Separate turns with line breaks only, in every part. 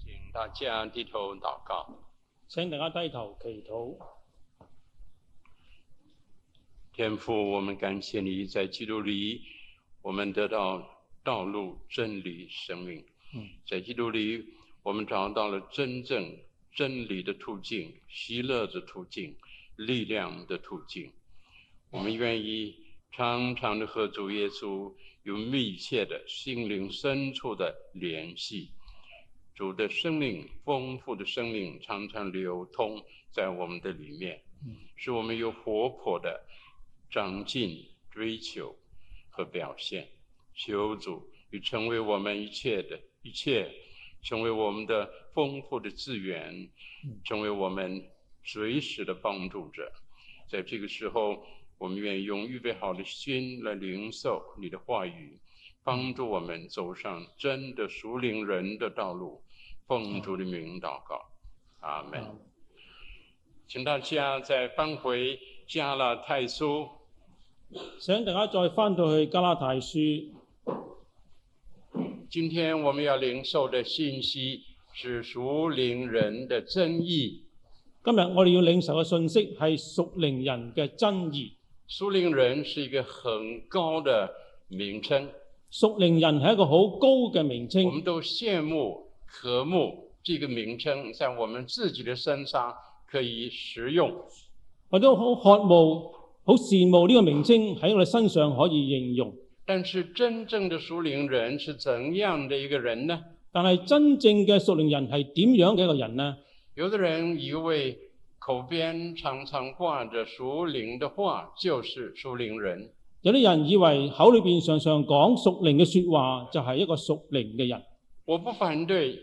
请大家低头祷告。
請大家低頭祈禱。
天父，我们感谢你在基督里，我们得到道路、真理、生命。
嗯，
在基督里，我们找到了真正真理的途径、喜乐的途径、力量的途径。我们愿意常常的和主耶稣有密切的心灵深处的联系。主的生命，丰富的生命，常常流通在我们的里面，
嗯
使我们有活泼的长进、追求和表现。求主与成为我们一切的一切，成为我们的丰富的资源
嗯，
成为我们随时的帮助者。在这个时候，我们愿意用预备好的心来领受你的话语，帮助我们走上真的属灵人的道路。奉主的名祷告，阿门。
啊
请大家再翻回加拉太书
請大家再翻到去加拉太書，
今天我们要领受的信息是属灵人的真意。
今日我哋要領受嘅信息係屬靈人嘅真義。
属灵人是一个很高的名称，
屬靈人係一個好高嘅名稱
我，们都羡慕、渴慕这个名称在我们自己的身上可以实用。
我都好渴慕、好羨慕呢個名稱喺我哋身上可以應用。
但是真正的属灵人是怎样的一个人呢？
但係真正嘅屬靈人係點樣嘅一個人呢？
有的人以为口边常常挂着属灵的话就是属灵人，
有啲人以為口裏邊常常講屬靈嘅説話就係一個屬靈嘅人，
我不反对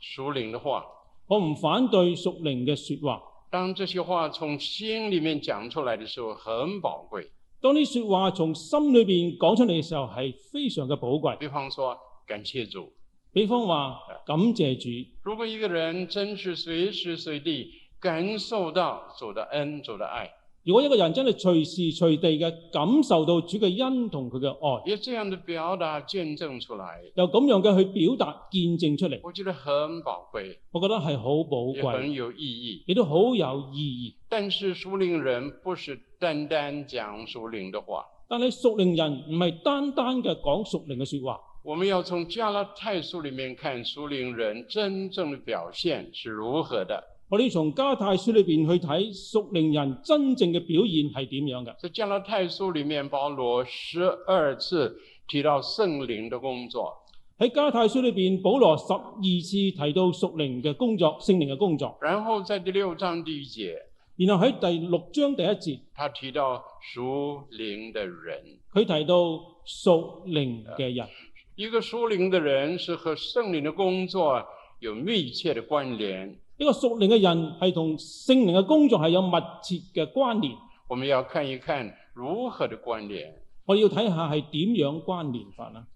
属灵的话，
我唔反對屬靈嘅説話。
当这些话从心里面讲出来的时候，很宝贵。
當啲説話從心裏邊講出嚟嘅時候係非常嘅寶貴。
比方说，感谢主。
比方話感謝主，
如果一个人真是随时随地感受到主的恩、主的爱，
如果一個人真係隨時隨地嘅感受到主嘅恩同佢嘅愛，
也这样的表达见证出来，
又咁樣嘅去表達見證出嚟，
我觉得很宝贵，
我覺得係好寶
也
貴，
很有意义。
亦都好有意義。
但是属灵人不是单单讲属灵的话，
但係屬靈人唔係單單嘅講屬靈嘅説話，
我们要從加拉太书里面看属灵人真正的表现是如何的。
我哋從加泰書裏邊去睇屬靈人真正嘅表現係點樣嘅。
在加拉太书里面，保罗十二次提到圣灵的工作，
喺加泰書裏邊，保羅十二次提到屬靈嘅工作、聖靈嘅工作，
然后在第六章第一节，
然後喺第六章第一節，
他提到属灵的人。
佢提到屬靈嘅人。
一个属灵的人是和圣灵的工作有密切的关联。
一個屬靈嘅人係同聖靈嘅工作係有密切嘅關聯。
我们要看一看如何的关联。
我要睇下係點樣關聯法啦。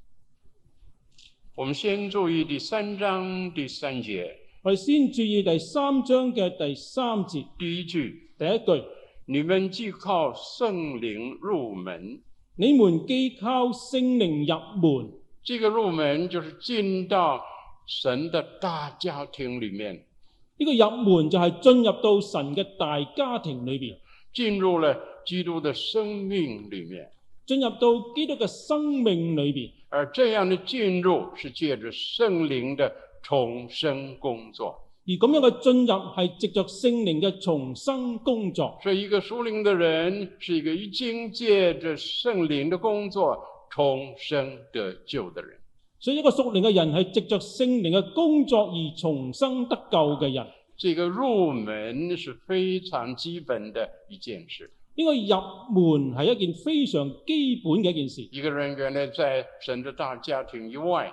我们先注意第三章第三节
我哋先注意第三章嘅第三節
第一句：
第一句：
你们既靠圣灵入门，
你們既靠聖靈入門。
这个入门就是进到神的大家庭里面，
呢、個入門就係進入到神嘅大家庭裏邊，
进入了基督的生命里面。
進入到基督嘅生命裏邊。
而这样的进入是借着圣灵的重生工作。
而咁樣嘅進入係藉着聖靈嘅重生工作。
所以，一个属灵的人是一个已经借着圣灵的工作重生得救的人。
所以一個屬靈嘅人係藉着聖靈嘅工作而重生得救嘅人。
这个入门是非常基本的一件事。
呢個入門係一件非常基本嘅一件事。
一个人原来在神的大家庭以外，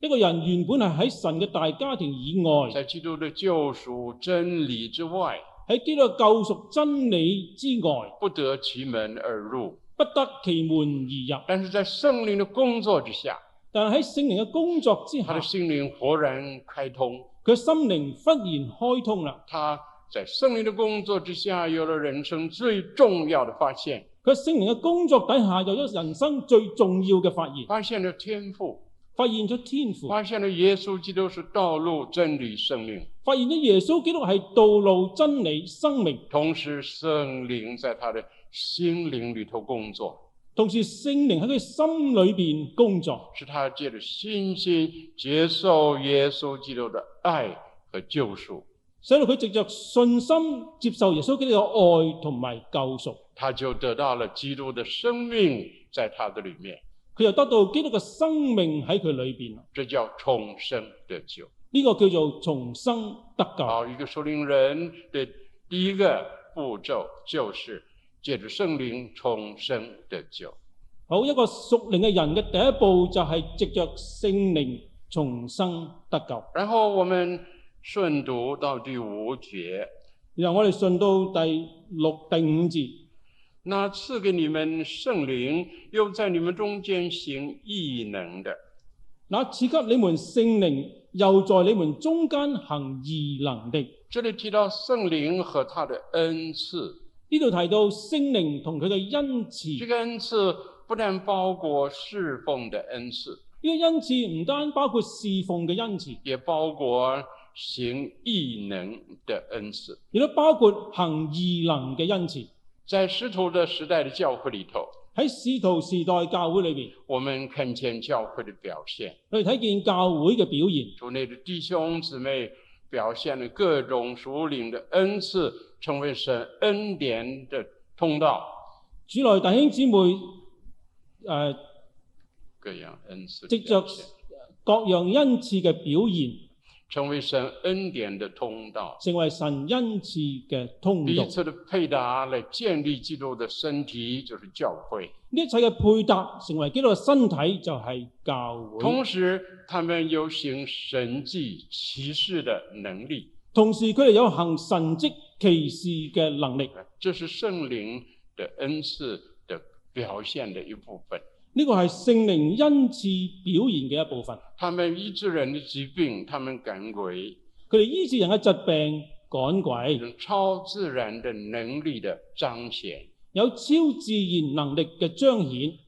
一個人原本係喺神嘅大家庭以外，
在基督的救赎真理之外，
喺基督嘅救贖真理之外，
不得其門而入；
不得其門而入。
但是在圣灵的工作之下，
但係喺聖靈嘅工作之
他
下
的，心灵豁然开通。
佢心靈忽然開通啦。
他在圣灵的工作之下，有了人生最重要的发现，
佢聖靈嘅工作底下，有咗人生最重要嘅發現，
发现了天赋，
發現咗天父，
发现了耶稣基督是道路、真理、生命，
發現咗耶穌基督係道路、真理、生命，
同时圣灵在他的心灵里头工作，
同時聖靈喺佢心裏邊工作，
使他借着信心接受耶稣基督的爱和救赎，
使到佢藉着信心接受耶穌基督嘅愛同埋救贖，
他就得到了基督的生命在他的里面，
佢又得到基督嘅生命喺佢裏邊啦。
这叫重生得救。
呢、個叫做重生得救。
好，一个属灵人的第一个步骤就是借着圣灵重生得救。
好一個屬靈嘅人嘅第一步就係藉着聖靈重生得救。
然后我们顺读到第五节，
然後我哋順到第六、第五節，
那赐给你们圣灵，又在你们中间行异能的，
那賜給你們聖靈，又在你們中間行異能的。
这里提到圣灵和他的恩赐，
呢度提到聖靈同佢嘅恩
这
賜，
个恩赐不但包括侍奉的恩赐，
呢、個恩賜唔單包括侍奉嘅恩賜，
也包括行异能的恩赐。
亦都包括行異能嘅恩賜。
在使徒的时代的教会里头，
喺使徒時代教會裏邊，
我们看见教会的表现，
我哋睇見教會嘅表現，
主内的弟兄姊妹表现了各种属灵的恩赐，成为神恩典的通道。
主內弟兄姊妹誒。呃
各样恩赐的
藉着
表现，
各樣恩賜嘅表現，
成为神恩典的通道。
成為神恩賜嘅通
彼
道。
此的配搭来建立基督的身体，就是教会。
呢一切嘅配搭，成為基督嘅身體，就係教會。
同时，他们有行神迹奇事的能力，
同時，佢哋有行神蹟奇事嘅能力，
这是圣灵的恩赐的表现的一部分。
呢個係聖靈恩賜表現嘅一部分。
他们医治人的疾病，他们赶鬼，
佢哋醫治人嘅疾病、趕
一
鬼，
种超自然的能力的彰显。
有超自然能力嘅彰顯。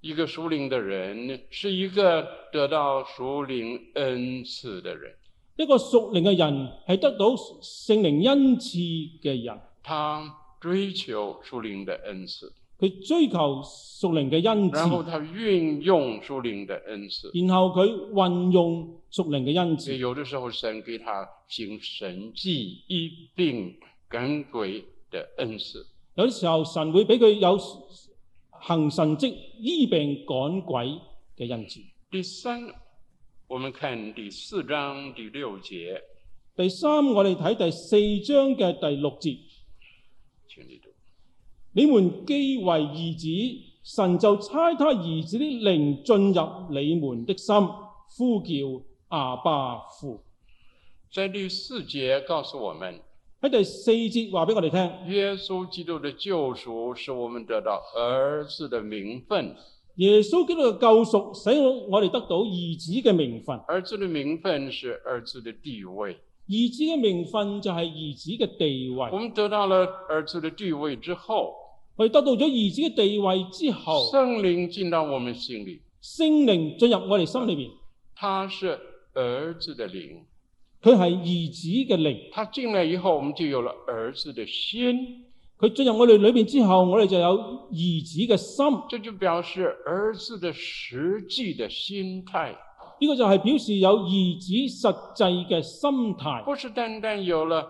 一个属灵的人是一个得到属灵恩赐的人，
一個屬靈嘅人係得到聖靈恩賜嘅人，
他追求属灵的恩赐，
佢追求屬靈嘅恩
然
賜
后。他运用属灵的恩赐。
然後佢運用屬靈嘅恩
所以
賜，
有的时候神给他行神迹、医病、赶鬼的恩赐，
有啲時候神會俾佢有行神蹟、醫病趕鬼嘅恩賜。
第三，我们看第四章第六节，
第三，我哋睇第四章嘅第六節：
请你读。
你們既為兒子，神就差他兒子的靈進入你們的心，呼叫阿爸父。
在第四节告诉我们，
喺第四節話俾我哋聽，
耶稣基督的救赎使我们得到儿子的名分，
耶穌基督嘅救贖使我哋得到兒子嘅名分，
儿子的名分是儿子的地位。
兒子嘅名分就係兒子嘅地位
我。们得到了儿子的地位之后，
佢得到咗兒子嘅地位之後，
圣灵进到我们心里，
聖靈進入我哋心裏面，
他是儿子的灵。
佢係兒子嘅靈。
他进来以后，我们就有了儿子的心，
佢進入我哋裏面之後，我哋就有兒子嘅心。呢、
这就表示儿子的实际的心态，
個就係表示有兒子實際嘅心態，
不是单单有了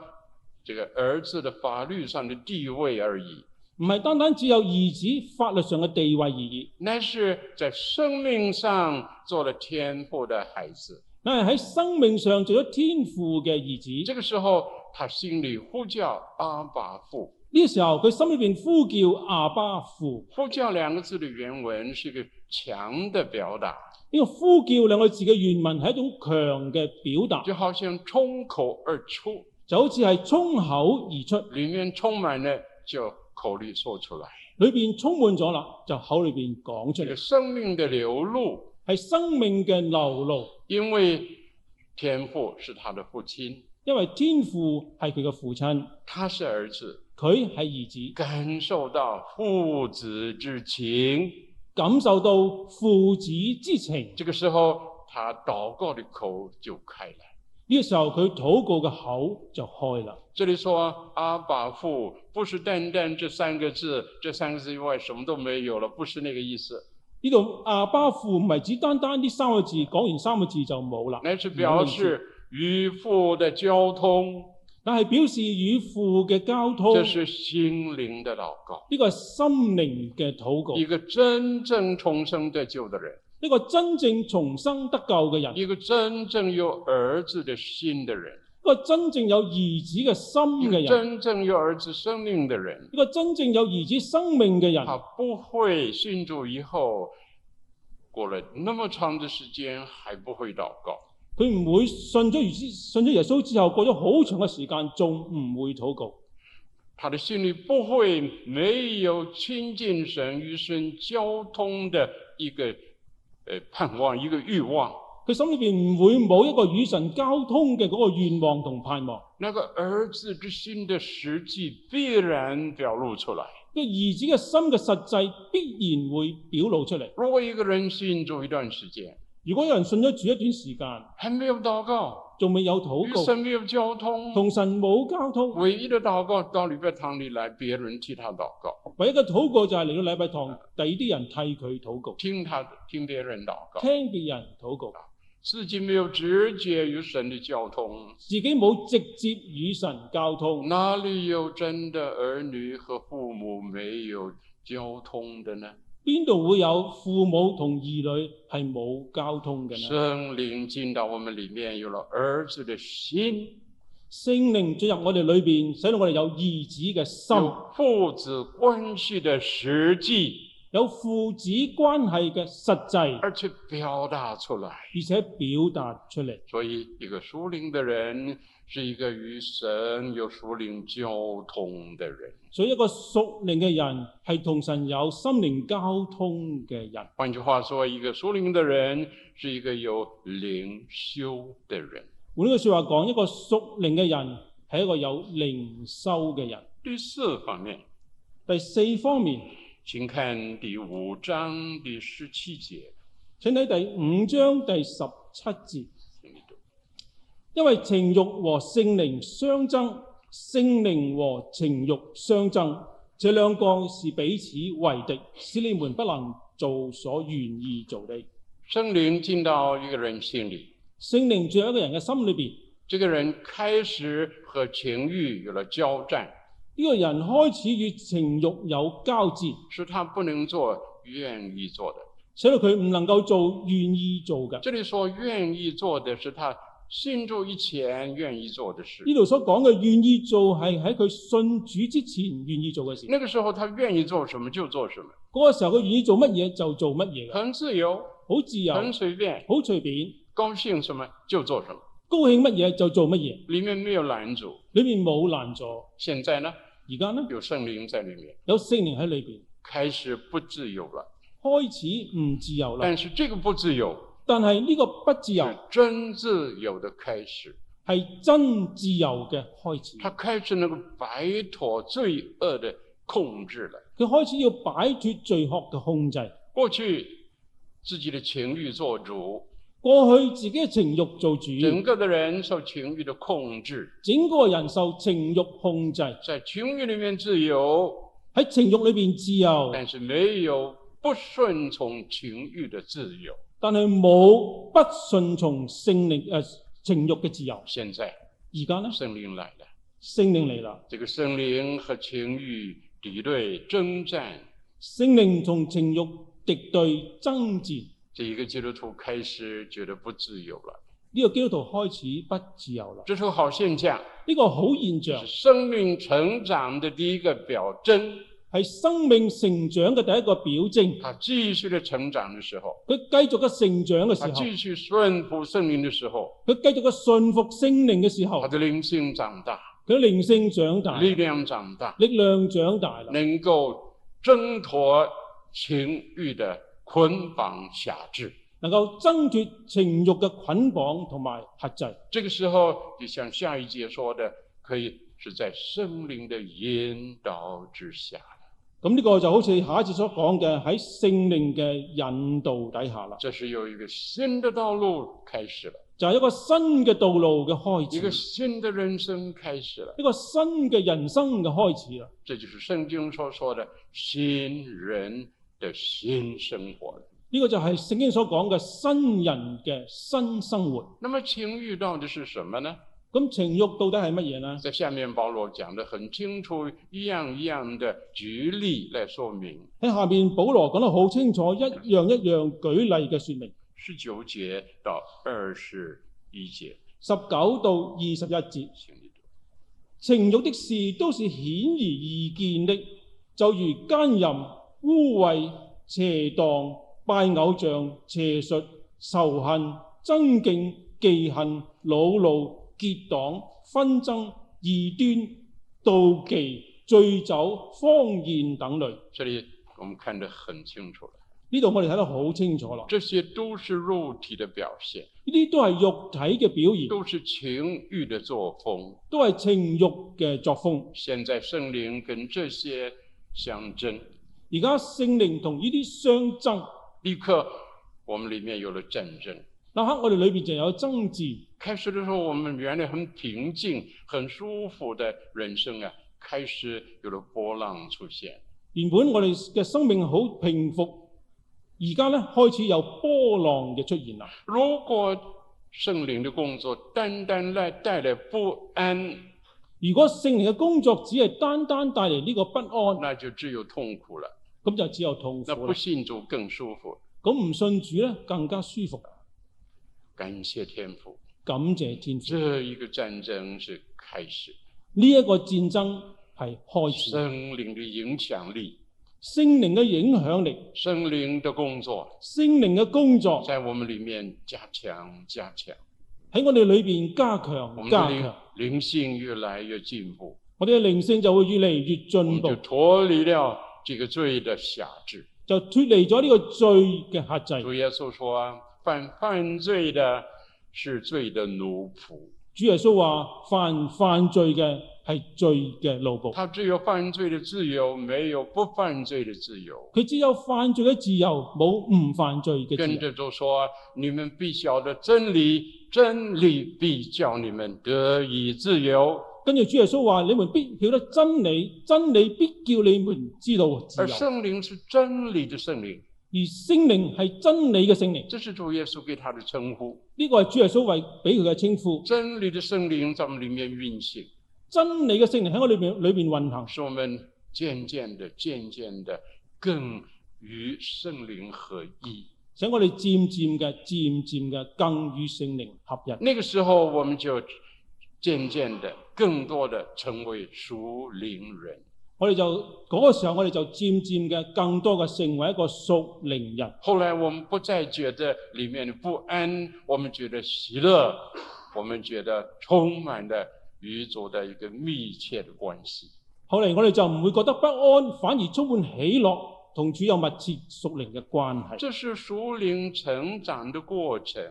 这个儿子的法律上的地位而已，
唔係單單只有兒子法律上嘅地位而已，
乃是在生命上做了天父的孩子。
乃係喺生命上做咗天父嘅兒子。
这个时候，他心里呼叫阿爸父。
呢、個時候佢心裏面呼叫阿爸父。
呼叫两个字的原文是一个强的表达，
呢、個呼叫兩個字嘅原文係一種強嘅表達，
就好像冲口而出，
就好似係衝口而出。
里面充满了就口里说出来。
裏面充滿咗啦，就口裏面講出
这个
嚟，
生命的流露，
係生命嘅流露，
因为天父是他的父亲，
因為天父係佢嘅父親，
他是儿子，
佢係兒子，
感受到父子之情，
感受到父子之情。
这个时候，他祷告的口就开了。
呢、個時候佢禱告嘅口就開啦。
这里说阿爸父，不是单单这三个字，这三个字以外什么都没有了，不是那个意思，
呢度阿巴父唔係只單單呢三個字，講完三個字就冇啦，
乃是表示与父的交通，
但係表示與父嘅交通，
这
呢
是心灵的祷告。
個係心靈嘅禱告。
一个真正重生得救的人，
一個真正重生得救嘅人，一
一个真正有儿子的心的人，
個真正有兒子嘅心
一
嘅
个
人，
真正有儿子生命的人，
一個真正有兒子生命嘅人，
他啊不会信主以后，过了那么长的时间还不会祷告。
佢唔會信咗兒子信咗耶穌之後，過咗好長嘅時間，仲唔會禱告。
他的心里不会没有亲近神与神交通的一个呃盼望，一个欲望。
佢心裏邊唔會冇一個與神交通嘅嗰個願望同盼望。
那个儿子之心的实际必然表露出来。
個兒子嘅心嘅實際必然會表露出嚟。
如果一个人信主一段时间，
如果有人信咗主一段時間，
还没有祷告，
仲未有
与
禱告，
神没有交通，
同神冇交通，
唯一的祷告到礼拜堂里来，别人替他祷告，
唯一嘅禱告就係嚟到禮拜堂，第二啲人替佢禱告，
听他的听别人祷告，
聽別人禱告，
自己没有直接与神的交通，
自己冇直接與神交通，
哪里有真的儿女和父母没有交通的呢？
邊度會有父母同兒女係冇交通嘅呢？
圣灵进到我们里面，有了儿子的心，
聖靈進入我哋裏邊，使到我哋有兒子嘅心，
有父子关系的实际，
有父子關係嘅實際，
而且表达出来。
而且表達出嚟。
所以，一个属灵的人是一个与神有属灵交通的人。
所以一個屬靈嘅人係同神有心靈交通嘅人。
换句话说，一个属灵的人是一个有灵修的人。
換呢句説話講，一個屬靈嘅人係一個有靈修嘅人。
第四方面，
第四方面，
请看第五章第十七节，
請睇第五章第十七節，
请你读
因為情慾和聖靈相爭，聖靈和情慾相爭，這兩個是彼此為敵，使你們不能做所願意做的。
圣灵进到一个人心里，
聖靈住喺一個人嘅心裏邊，
这个人开始和情欲有了交战，
呢、個人開始與情慾有交戰。
是他不能做愿意做的。
使到佢唔能夠做願意做嘅。
这里说愿意做的是他信主以前愿意做的事
呢。度所講嘅願意做係喺佢信主之前願意做嘅事。嗰、
那个时候他愿意做什么就做什么，
個時候佢願意做乜嘢就做乜嘢嘅，
很自由，
好自由，
很隨便，
好隨便，
高兴什么就做什么，
高興乜嘢就做乜嘢，
里面没有拦阻。
裏面冇難助。
现在呢，
而家呢，
有圣灵在里面，
有聖靈喺裏邊，
开始不自由了。
開始唔自由啦。
但是这个不自由
但係呢個不自由
是真自由的开始，
係真自由嘅開始，
他开始能够摆脱罪恶的控制了。
佢開始要擺脱罪惡嘅控制。
过去自己的情欲做主，
過去自己嘅情慾做主，
整个的人受情欲的控制，
整個人受情慾控制。
在情欲里面自由，
喺情慾裏邊自由，
但是没有不顺从情欲的自由。
但係冇不順從聖靈誒、呃情慾嘅自由。
现在
而家呢，
圣灵来了，
聖靈嚟啦，
这个圣灵和情欲敌对征战，
聖靈同情慾敵對爭戰，
这一个基督徒开始觉得不自由了。
呢、個基督徒開始不自由啦。
这是个好现象，
呢、個好現
这是
象
生命成长的第一个表征。
係生命成長嘅第一個表徵。
他继续的成长的时候，
佢繼續嘅成長嘅時
他
候，
继續順服聖靈的時候，
佢繼續嘅信服聖靈嘅時候
他，的靈性長大，
佢靈性長哦大，
力量長大，
力量長大啦，
能夠掙脫情欲的捆綁轄制。
能夠掙脱情慾嘅捆綁同埋克制。
這個時候，就像下一節說的，可以是在聖靈的引導之下。
咁呢個就好似下一次所講嘅喺聖靈嘅引導底下啦，
这是有一个新的道路开始了，
就係、一個新嘅道路嘅
一
開
个
始，
新的人生开始了。
一個新嘅人生嘅開始啦。
这就是圣经所说的新人的新生活。
呢、個就係聖經所講嘅新人嘅新生活。
那么情欲到底是什么呢？
咁情欲到底係乜嘢呢？
在下面保罗讲得很清楚，一样一样的举例来说明。
喺下面保羅講得好清楚，一樣一樣舉例嘅說明，
十九节到二十一节，
十九到二十一節。
请你读。
情欲的事都是顯而易見的，就如奸淫、污穢、邪蕩、拜偶像、邪術、仇恨、爭競、忌恨、惱怒、結黨、紛爭、異端、妒忌、醉酒、荒宴等類。
这里我们看得很清楚了，
呢度我哋睇得好清楚啦，
这些都是肉体的表现，
呢啲都係肉體嘅表現，
都是情欲的作风。
都係情欲嘅作風。
现在圣灵跟这些相争，
而家聖靈同呢啲相爭，
立刻我们里面有了战争。
立刻我哋裏面就有爭戰。
开始的时候，我们原来很平静、很舒服的人生啊，开始有了波浪出现。
原本我哋嘅生命好平復，而家咧開始有波浪嘅出現啦。
如果圣灵的工作单单来带来不安，
如果聖靈嘅工作只係單單帶嚟呢個不安，
那就只有痛苦了。
咁就只有痛苦
那不
啦。
信主更舒服，
咁唔信主咧更加舒服。
感谢天父。
感謝天父，
这一个战争是开始，
呢、一個戰爭係開始，
圣灵的影响力、
聖靈嘅影響力、
圣灵的工作
聖靈嘅工作
在我们里面加强、加强，
喺我哋裏面加
我
強
们
加
的
強
灵，灵性越来越进步。
我哋嘅靈性就會越嚟越
我
進
们
步
就，脱离了这个罪的辖制。
就脱離咗呢個罪嘅限制。
主耶稣说、啊：“犯犯罪的是罪的奴仆，
主耶穌話：犯犯罪嘅係罪嘅奴仆，
他只有犯罪的自由，没有不犯罪的自由。
佢只有犯罪嘅自由，冇唔犯罪”嘅自
跟
由。
着就说、你们必晓得真理，真理必叫你们得以自由。”
跟住主耶穌話：你們必曉得真理，真理必叫你們知道自
而
由。
圣灵是真理的圣灵，
而聖靈係真理嘅聖靈，
这是主耶穌给他的称呼。
呢個係主耶穌為俾佢嘅稱呼。
真理的圣灵在我们里面运行，
真理嘅聖靈喺我裏面裏面運行，
使我们渐渐的、渐渐的更与圣灵合一。
使我哋漸漸嘅、漸漸嘅更與聖靈合一。
那个时候，我们就渐渐的、更多的成为属灵人，
我哋就嗰、個時候，我哋就漸漸嘅更多嘅成為一個屬靈人。
后来我们不再觉得里面的不安，我们觉得喜乐，我们觉得充满了与主的一个密切的关系。
後嚟我哋就唔會覺得不安，反而充滿喜樂，同主有密切屬靈嘅關係。
这是属灵成长的过程。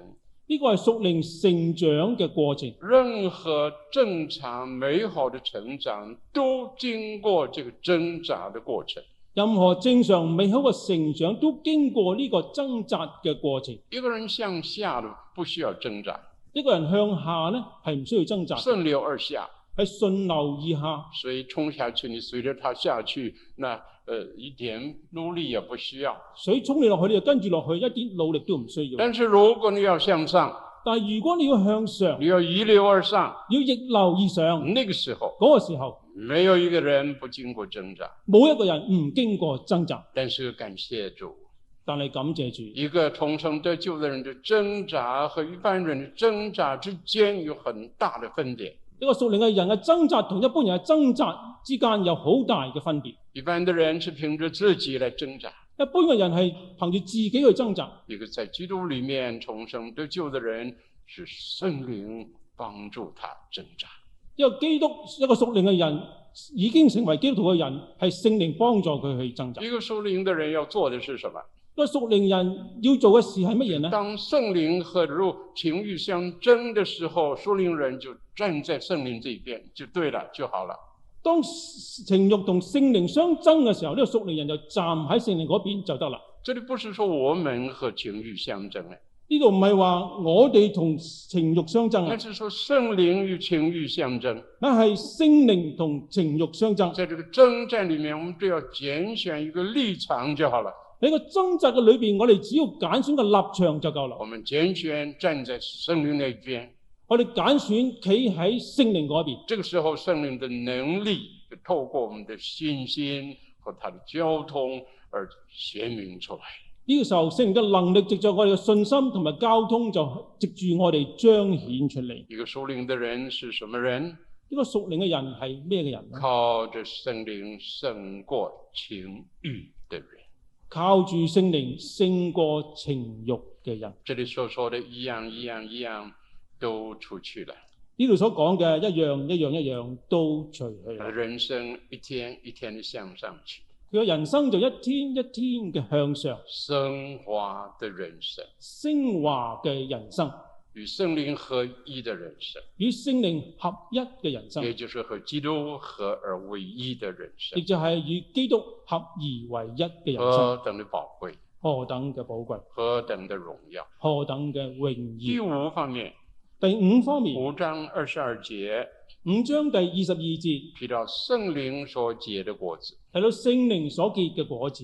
呢個係屬靈成長嘅過程。
任何正常美好的成长都经过这个挣扎的过程。
任何正常美好嘅成長都經過呢個掙扎嘅過程。
一个人向下的不需要挣扎，
一個人向下呢，係唔需要掙扎，
顺流而下，
係順流而下。
所以冲下去，你随着它下去，那呃一点努力也不需要。
水沖你落去，你就跟住落去，一啲努力都唔需要。
但是如果你要向上，
但係如果你要向上，
你要一流而上，
要逆流而上，
那个时候
嗰、個時候
没有一个人不经过挣扎。
冇一個人唔經過掙扎。
但是感谢主，
但係感謝主，
一个重生得救的人的挣扎和一般人的挣扎之间有很大的分别。
一個屬靈嘅人嘅掙扎同一般人嘅掙扎之間有好大嘅分別。
一般的人是凭着自己来挣扎，
一般嘅人係憑住自己去掙扎，
一个在基督里面重生得救的人，是圣灵帮助他挣扎。
一個基督一個屬靈嘅人已經成為基督徒嘅人，係聖靈幫助佢去掙扎。
一个属灵的人要做的是什么？
個屬靈人要做嘅事係乜嘢呢？
当圣灵和肉情欲相争的时候，属灵人就站在圣灵这一边就对了就好了。
當情欲同聖靈相爭嘅時候，呢、個屬靈人就站喺聖靈嗰邊就得啦。
这里不是说我们和情欲相争哎，
呢度唔係話我哋同情欲相爭
那
啊，
是说圣灵与情欲相争。
那係聖靈同情欲相爭。
在这个征战里面，我们就要拣选一个立场就好了。
喺個掙扎嘅裏邊，我哋只要揀選嘅立場就夠啦
我。们拣选站在圣灵那边，
我哋揀選企喺聖靈嗰邊，
这个时候圣灵的能力就透过我们的信心和他的交通而显明出来。
呢、個時候聖靈嘅能力藉着我哋嘅信心同埋交通，就藉住我哋彰顯出嚟。呢、
一个属灵的人是什么人？
個屬靈嘅人係咩嘅人呢？
靠着圣灵胜过情欲的人。
靠住聖靈勝過情欲嘅人。
这里所说的一样一样一样都出去了，
呢度所講嘅一樣一樣一樣都除去
他
啦
的。人生一天一天的向上去，
佢嘅人生就一天一天嘅向上，
升华的人生，
升華嘅人生，
与圣灵合一的人生，
與聖靈合一嘅人生，
也就是和基督合而为一的人
亦
生，
就係與基督合而為一嘅人生，
何等的宝贵，
何等嘅寶貴，
何等的荣耀！
何等嘅
第
榮耀。
五方面，
第五方面，
五章二十二节
五章第二十二節
提到圣靈所结的果子，
睇到聖靈所結嘅果子，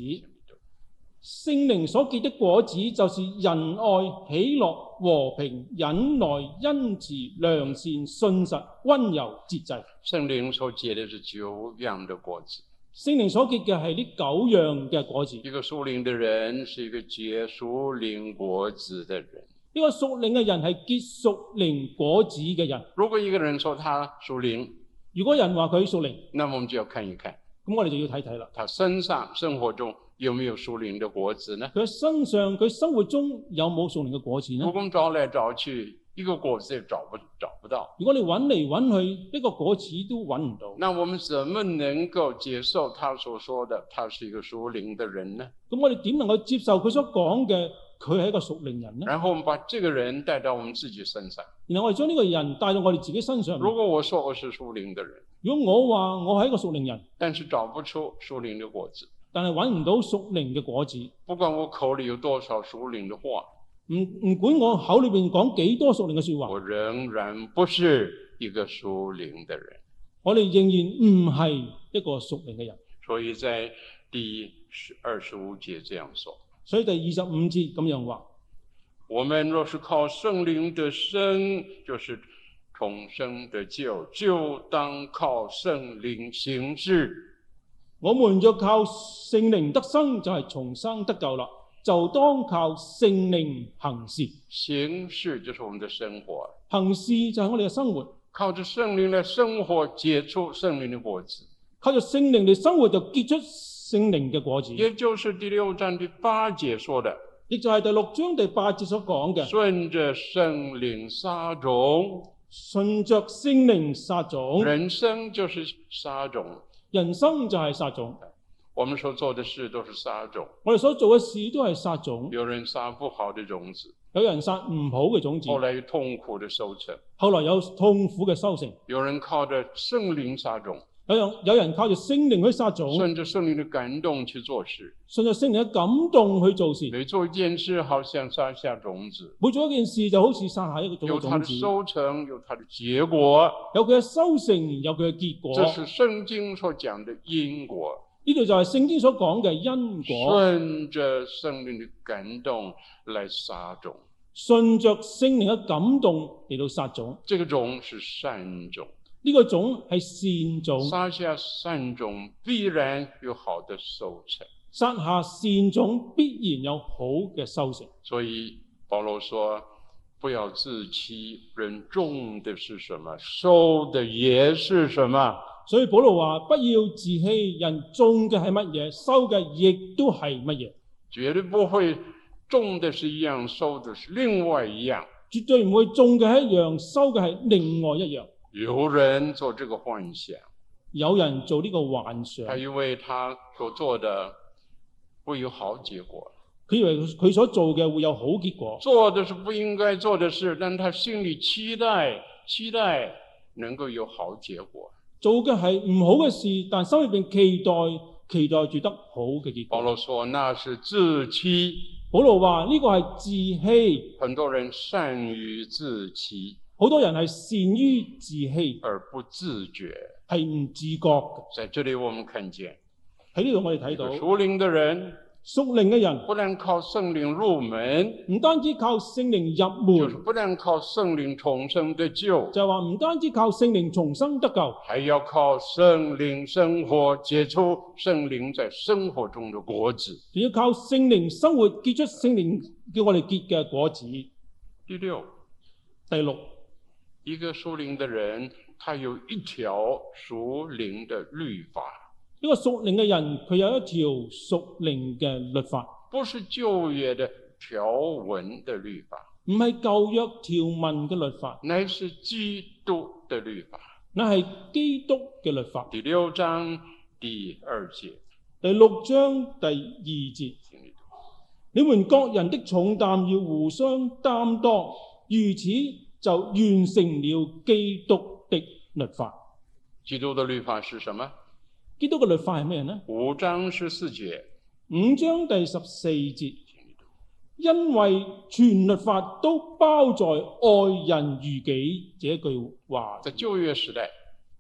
聖靈所結的果子就是仁愛、喜樂、和平、忍耐、恩慈、良善、信實、温柔、節制。
圣靈所结的是九样的果子。
聖靈所結嘅係呢九樣嘅果子。
一个属灵的人是一个结属灵果子的人。
呢個屬靈嘅人係結屬靈果子嘅人。
如果一个人说他属灵，
如果人話佢屬靈，
那么我们就要看一看
咁我哋就要睇睇啦。
他身上生活中有没有属灵的果子呢？
佢身上佢生活中有冇屬靈嘅果子呢
如？果我们找来找去，一个果子也找不找不到，
如果你揾嚟揾去，一個果子都揾唔到，
那我们怎么能够接受他所说的他是一个属灵的人呢？
咁我哋點能夠接受佢所講嘅佢係一個屬靈人呢？
然后我们把这个人带到我们自己身上。
然後我哋將呢個人帶到我哋自己身上。
如果我说我是属灵的人，
如果我話我係一個屬靈人，
但是找不出属灵的果子，
但係揾唔到屬靈嘅果子，
不管我口里有多少属灵的话，
唔唔管我口裏邊講幾多屬靈嘅説話，
我仍然不是一个属灵的人。
我哋仍然唔係一個屬靈嘅人。
所以在第十二十五节这样说：
所以第二十五節咁樣話：
我们若是靠圣灵的生，就是重生的救，就当靠圣灵行事。
我們若靠聖靈得生，就係重生得救啦。就當靠聖靈行事，
行事就是我们的生活，
行事就係我哋嘅生活。
靠着圣灵来生活，结出圣灵的果子。
靠着聖靈嚟生活，就結出聖靈嘅果子。
也就是第六章第八节说的
亦就係第六章第八節所講：“嘅，
顺着圣灵撒种，
順着聖靈撒種，
人生就是撒种。”
人生就係撒種。
我们所做的事都是撒种，
我哋所做嘅事都係撒種，
有人撒不好的种子，
有人撒唔好嘅種子，
后来有痛苦的收成；
後來有痛苦嘅收成。
有人靠着圣灵撒种，
有人有人靠住聖靈去撒種，
顺着圣灵的感动去做事，
順着聖靈嘅感動去做事。
每做一件事好像撒下種子，
每做一件事就好似撒下一個種
有
嘅
它
種
的
子，哦
收成，有它的结果，
有佢嘅收成，有佢嘅結果。
这是圣经所讲的因果。
呢度就係聖經所講嘅因果，
顺着圣灵的感动来撒种，
順着聖靈嘅感動嚟到撒種。
这个种是善种，
呢、個種係善種，
撒下善种必然有好的收成。
撒下善種必然有好嘅收成。
所以保罗说：“不要自欺，人种的是什么，收的也是什么。
所以保羅話：不要自欺，人種嘅係乜嘢，收嘅亦都係乜嘢，
绝对不会种的是一样，收的是另外一样。
絕對唔會種嘅係一樣，收嘅係另外一樣。
有人做这个幻想，
有人做呢個幻想，
他
佢
因为他所做的会有好结果，
以為佢所做嘅會有好結果。
做的是不应该做的事，但他心里期待，期待能够有好结果。
做做嘅係唔好嘅事，但心裏邊期待期待住得好嘅結
保
果。
罗说那是自欺，
保羅話：呢、個係自欺，
很多人善于自欺
好多人係善於自欺，
而不自觉。
係唔自覺嘅。
在这里我们看见，
喺呢度我哋睇到
属灵的人
屬靈嘅人
不能靠圣灵入门，
唔單止靠聖靈入
就是
門，
不能靠圣灵重生得救，
就係話唔單止靠聖靈重生得救。
还要靠圣灵生活，结出圣灵在生活中的果子。
仲要靠聖靈生活結出聖靈叫我哋結嘅果子。第
第六，
六，
一个属灵的人，他有一条属灵的律法，
呢個屬靈嘅人佢有一條屬靈嘅律法，
不是旧约的条文的律法，
唔係舊約條文嘅律法，
乃是基督的律法。
乃係基督嘅律法。
第六章第二节，
第六章第二節，
请你读
你們各人的重擔要互相擔當，如此就完成了基督的律法。
基督的律法是什么？
基督嘅律法係咩呢？
五章十四节，
五章第十四節。
请你读
因為全律法都包在愛人如己這句話。
在旧約時代，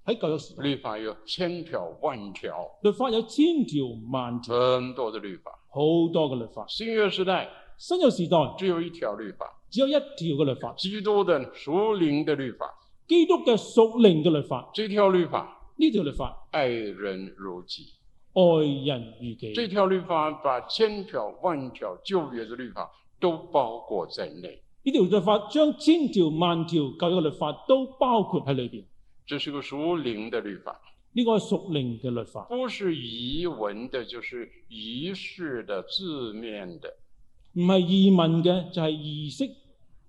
喺舊約時代，
律法有千條萬條，
律法有千條萬條，
很多的律法；
好多嘅律法。
新約時代
新約時代
只有一條律法，
只有一條嘅律法，
基督的屬靈的律法。
基督嘅屬靈嘅律法。
这条律法
呢條律法
愛人如己，
愛人如己。
这条律法把千條萬條舊約的律法都包裹在內。
呢條律法將千條萬條舊約嘅律法都包括喺裏邊。
这是个屬靈的律法，
呢、個係屬靈嘅律法，
不是儀文的，就是儀式的、字面的，
唔係義文嘅，就係、儀式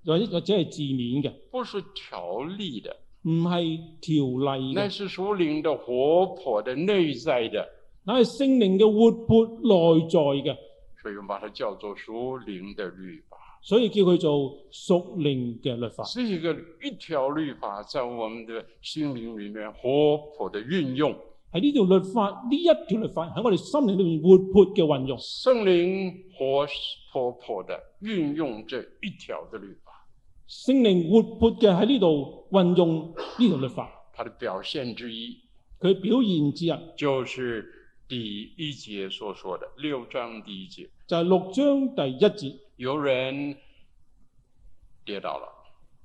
或者或者係字面嘅，
不是條例的。
唔係條例嘅
那。是属灵的、活泼的、内在的，
乃係聖靈嘅活潑內在嘅，
所以我们把它叫做属灵的律法。
所以叫佢做屬靈嘅律法。
这个一条律法在我们的心灵里面活泼的运用，
喺呢條律法，呢一條律法喺我哋心靈裏面活潑嘅運用，
圣灵活活泼的运用这一条的律法，
聖靈活潑嘅喺呢度運用呢條律法。
它的表现之一
佢表現之一
就是第一节所说的六章第一节，
就係、六章第一節，
有人跌倒了。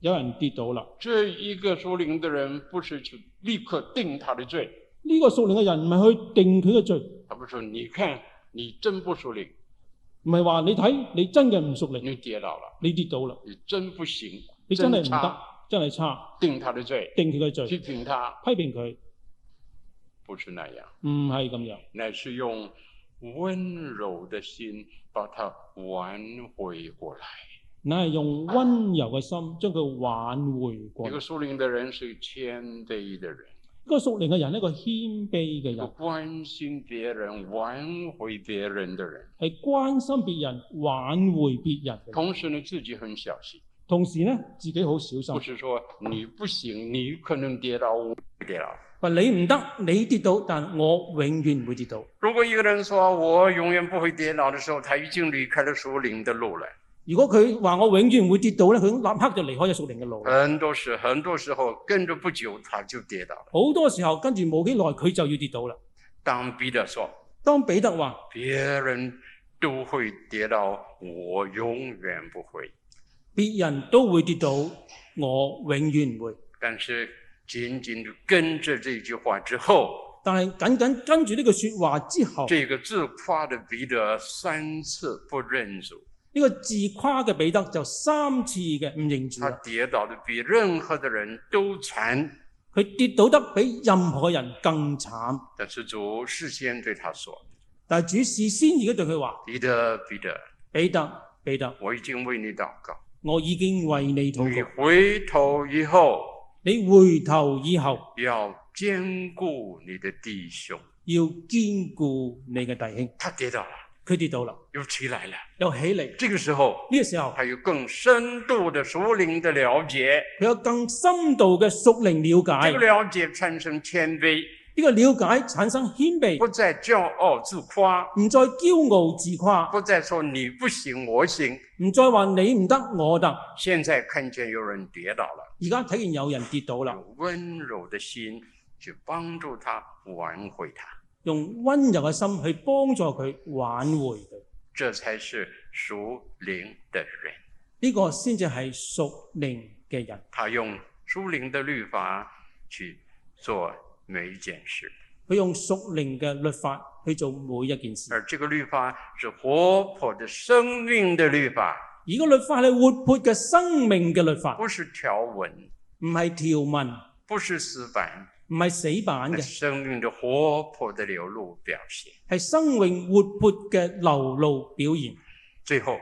有人跌倒啦。
这一个属灵的人不是去立刻定他的罪，
呢、個屬靈嘅人唔係去定佢嘅罪，
他们说：“你看，你真不属灵，
唔係話你睇你真嘅唔屬靈，
你跌倒了，
你跌倒啦，
你真不行，
你真係唔得
差，，
真係差，
定他的罪，
定佢嘅罪，
批评他，
批評佢，
不是那样，
唔係咁樣。
乃是用温柔的心把他挽回过来。
你係用温柔嘅心將佢挽回過
一
嚟。
个
呢
属灵的人是谦卑的人，
個屬靈嘅人，一個謙卑嘅
一个
人，
关心别人、挽回别人的人，
係關心別人、挽回別人嘅人。
同时呢，自己很小心，
同時呢，自己好小心
不。是说你不行，你可能跌倒，我不跌倒。
話你唔得，你跌倒，但我永遠唔會跌倒。
如果一个人说我永远不会跌倒的时候，他已经离开了属灵的路了。
如果佢話我永遠唔會跌倒呢，佢立刻就離開咗屬靈嘅路。
很多时，很多时候跟着不久他就跌倒了。
好多時候跟住冇幾耐，佢就要跌倒啦。
当彼得说
當彼得話
别人都会跌倒，我永远不会，
別人都會跌倒，我永遠唔會。
但是紧紧的跟着这句话之后，
但係緊緊跟住呢句説話之後，呢、
这个自夸的彼得三次不认主，
個自誇嘅彼得就三次嘅唔認主
他
啦。
跌倒的比任何的人都惨。
佢跌倒得比任何人更慘，
但是主事先对他说
但係主事先已經對佢話：：“
彼得，彼得，
彼得，彼得，
我已经为你祷告。”
我已經為你
你
禱告，
回头以后
你回頭以後
要兼顾你的弟兄。
要堅固你嘅弟兄。
他跌倒了，
佢跌倒啦，
又起来了。
又起嚟。呢、
这个时候，
個時候，
他有更深度的熟龄的了解，
佢有更深度嘅屬靈了解，
这个
呢、
了解产生谦卑，
個了解產生謙卑，
不再骄傲自夸，
唔再驕傲自誇，
不再说你不行我行。
唔再話你唔得我得。而
现在看见有人跌倒了，
家睇見有人跌倒啦，
用温柔的心去帮助他挽回他，
用温柔嘅心去幫助佢挽回佢，
这才是熟龄的人。
呢、個先至係屬靈嘅人。
他用书灵的律法去做每一件事，
佢用屬靈嘅律法去做每一件事，
而这个律法是活泼的生命的律法，
而個律法係活潑嘅生命嘅律法，
不是条文，
唔係條文，
不是死板，
唔係死板
而
嘅
是。生命的活泼的流露表现。
係生榮活潑嘅流露表現。
最后，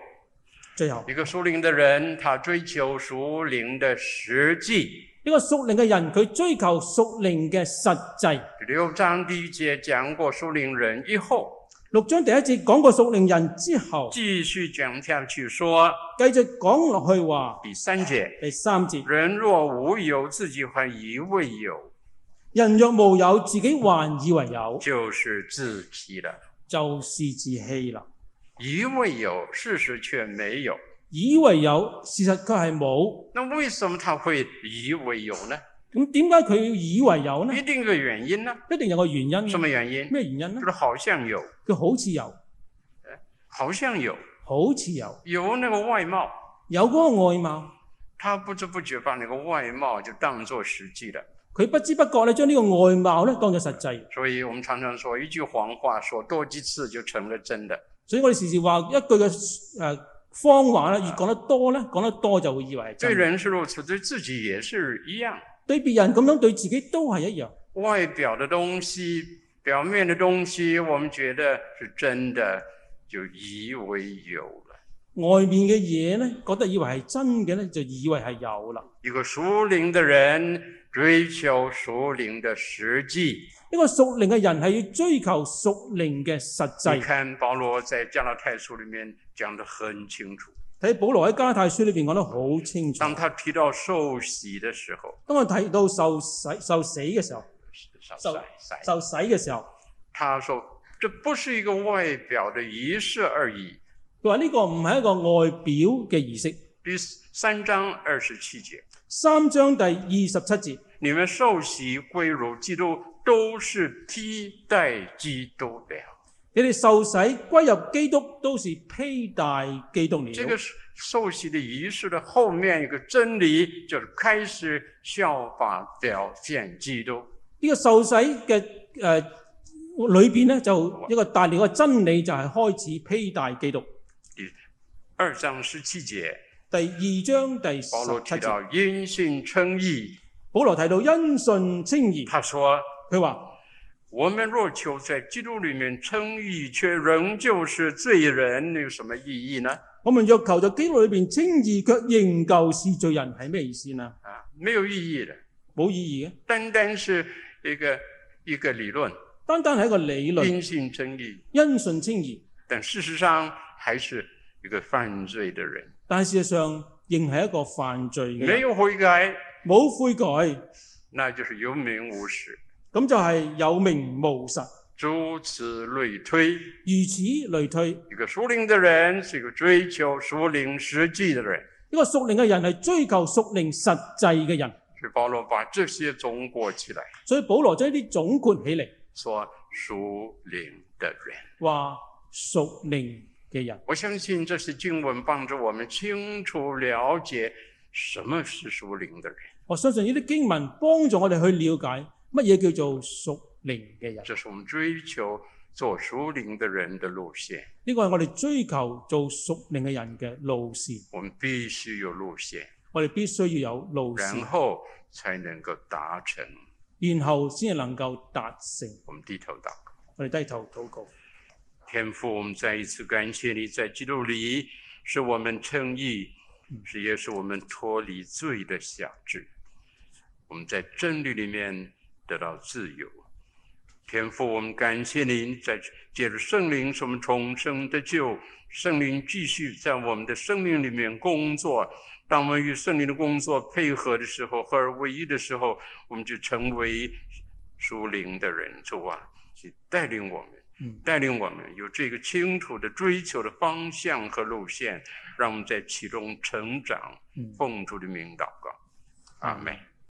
最後，
一个属灵的人，他追求属灵的实际。
一個屬靈嘅人，佢追求屬靈嘅實際。
六章第一节讲过属灵人以后，
六章第一節講過屬靈人之後，
继续讲下去说
繼續講落去話
第三节：
第三節：
人若无有，自己还以为有。
人若無有，自己還以為有，
就是自欺了。
就是自欺啦。
以为有，事实却没有。
以為有，事實佢係冇。
那为什么他会以为有呢？
咁點解佢要以為有呢
一？定有个原因呢？
一定有個原因嘅
什么原因？
咩原因呢
就？是好像有，
佢好似有，
好像有，
好似有，
有那个外貌，
有嗰個外貌，
他不知不觉把那个外貌就当作实际了。
佢不知不覺咧將呢個外貌咧當咗實際。
所以我们常常说，一句谎话说多几次就成了真的。
所以我哋時時話一句嘅誒、呃方話咧，越講得多咧，講得多就會以為係
啊对
真。
人是如此，对自己也是一样。
對別人咁樣，對自己都係一樣。
外表的东西、表面的东西，我们觉得是真的，就以为有了。
外面嘅嘢咧，覺得以為係真嘅咧，就以為係有啦。
一个属灵的人追求属灵的实际。
一個屬靈嘅人係要追求屬靈嘅實
你
際。
看保罗在加拉太书里面讲得很清楚，
睇保羅喺加太書裏邊講得好清楚。
当他提到受洗的时候，
當我提到受洗、受死嘅時候、受
受洗，
受洗嘅時候，
他说这不是一个外表的仪式而已。
佢話呢個唔係一個外表嘅儀式。
第三章二十七节，
三章第二十七節，
你们受洗归入基督，都是替代基督的。
你哋受洗歸入基督，都是披戴基督了。
这个受洗的仪式的后面一个真理，就是开始效法表现基督。
呢個受洗嘅誒裏邊咧，就一個大量嘅真理就係開始披戴基督。
第二章十七节，
第二章第十
保罗提
七節，
到因信称义，
保羅提到因信稱義，
他说
佢話：：“
我们若求在基督里面称义，却仍旧是罪人，那有什么意义呢？
我們若求在基督裏邊稱義，卻仍舊是罪人，係咩意思呢？
啊，没有意義的，
冇意義嘅，
单单是一个一个理论，
單單係一個理論。
因信称义，
因信稱義，
但事实上还是一个犯罪的人，
但係事實上仍係一個犯罪嘅
没
人，
有悔改，
冇悔改，
那就是有名无实。
咁就係有名無實。
诸此类推，
如此類推，
一个属灵的人是一个追求属灵实际的人。”
一個屬靈嘅人係追求屬靈實際嘅人。
是保罗把这些总裹起来，
所以保羅將呢啲總括起嚟，
说属灵的人。
話屬靈嘅人。
我相信这些经文帮助我们清楚了解什么是属灵的人，
我相信呢啲經文幫助我哋去了解乜嘢叫做屬靈嘅人。
这是我们追求做属灵的人的路线。
呢個係我哋追求做屬靈嘅人嘅路線。
我们必须有路线，
我哋必須要有路
然
線，
后才能够达成。
然後先至能夠達成。
我们低头祷告，
我哋低頭禱告。
天父，我们再一次感谢你在基督里使我们称义，是也是我们脱离罪的辖制。我们在真理里面得到自由，天父，我们感谢您，在借着圣灵使我们重生得救，圣灵继续在我们的生命里面工作。当我们与圣灵的工作配合的时候，合而为一的时候，我们就成为属灵的人。主啊，去带领我们
嗯，
带领我们有这个清楚的追求的方向和路线，让我们在其中成长
嗯。
奉主的名祷告，阿门。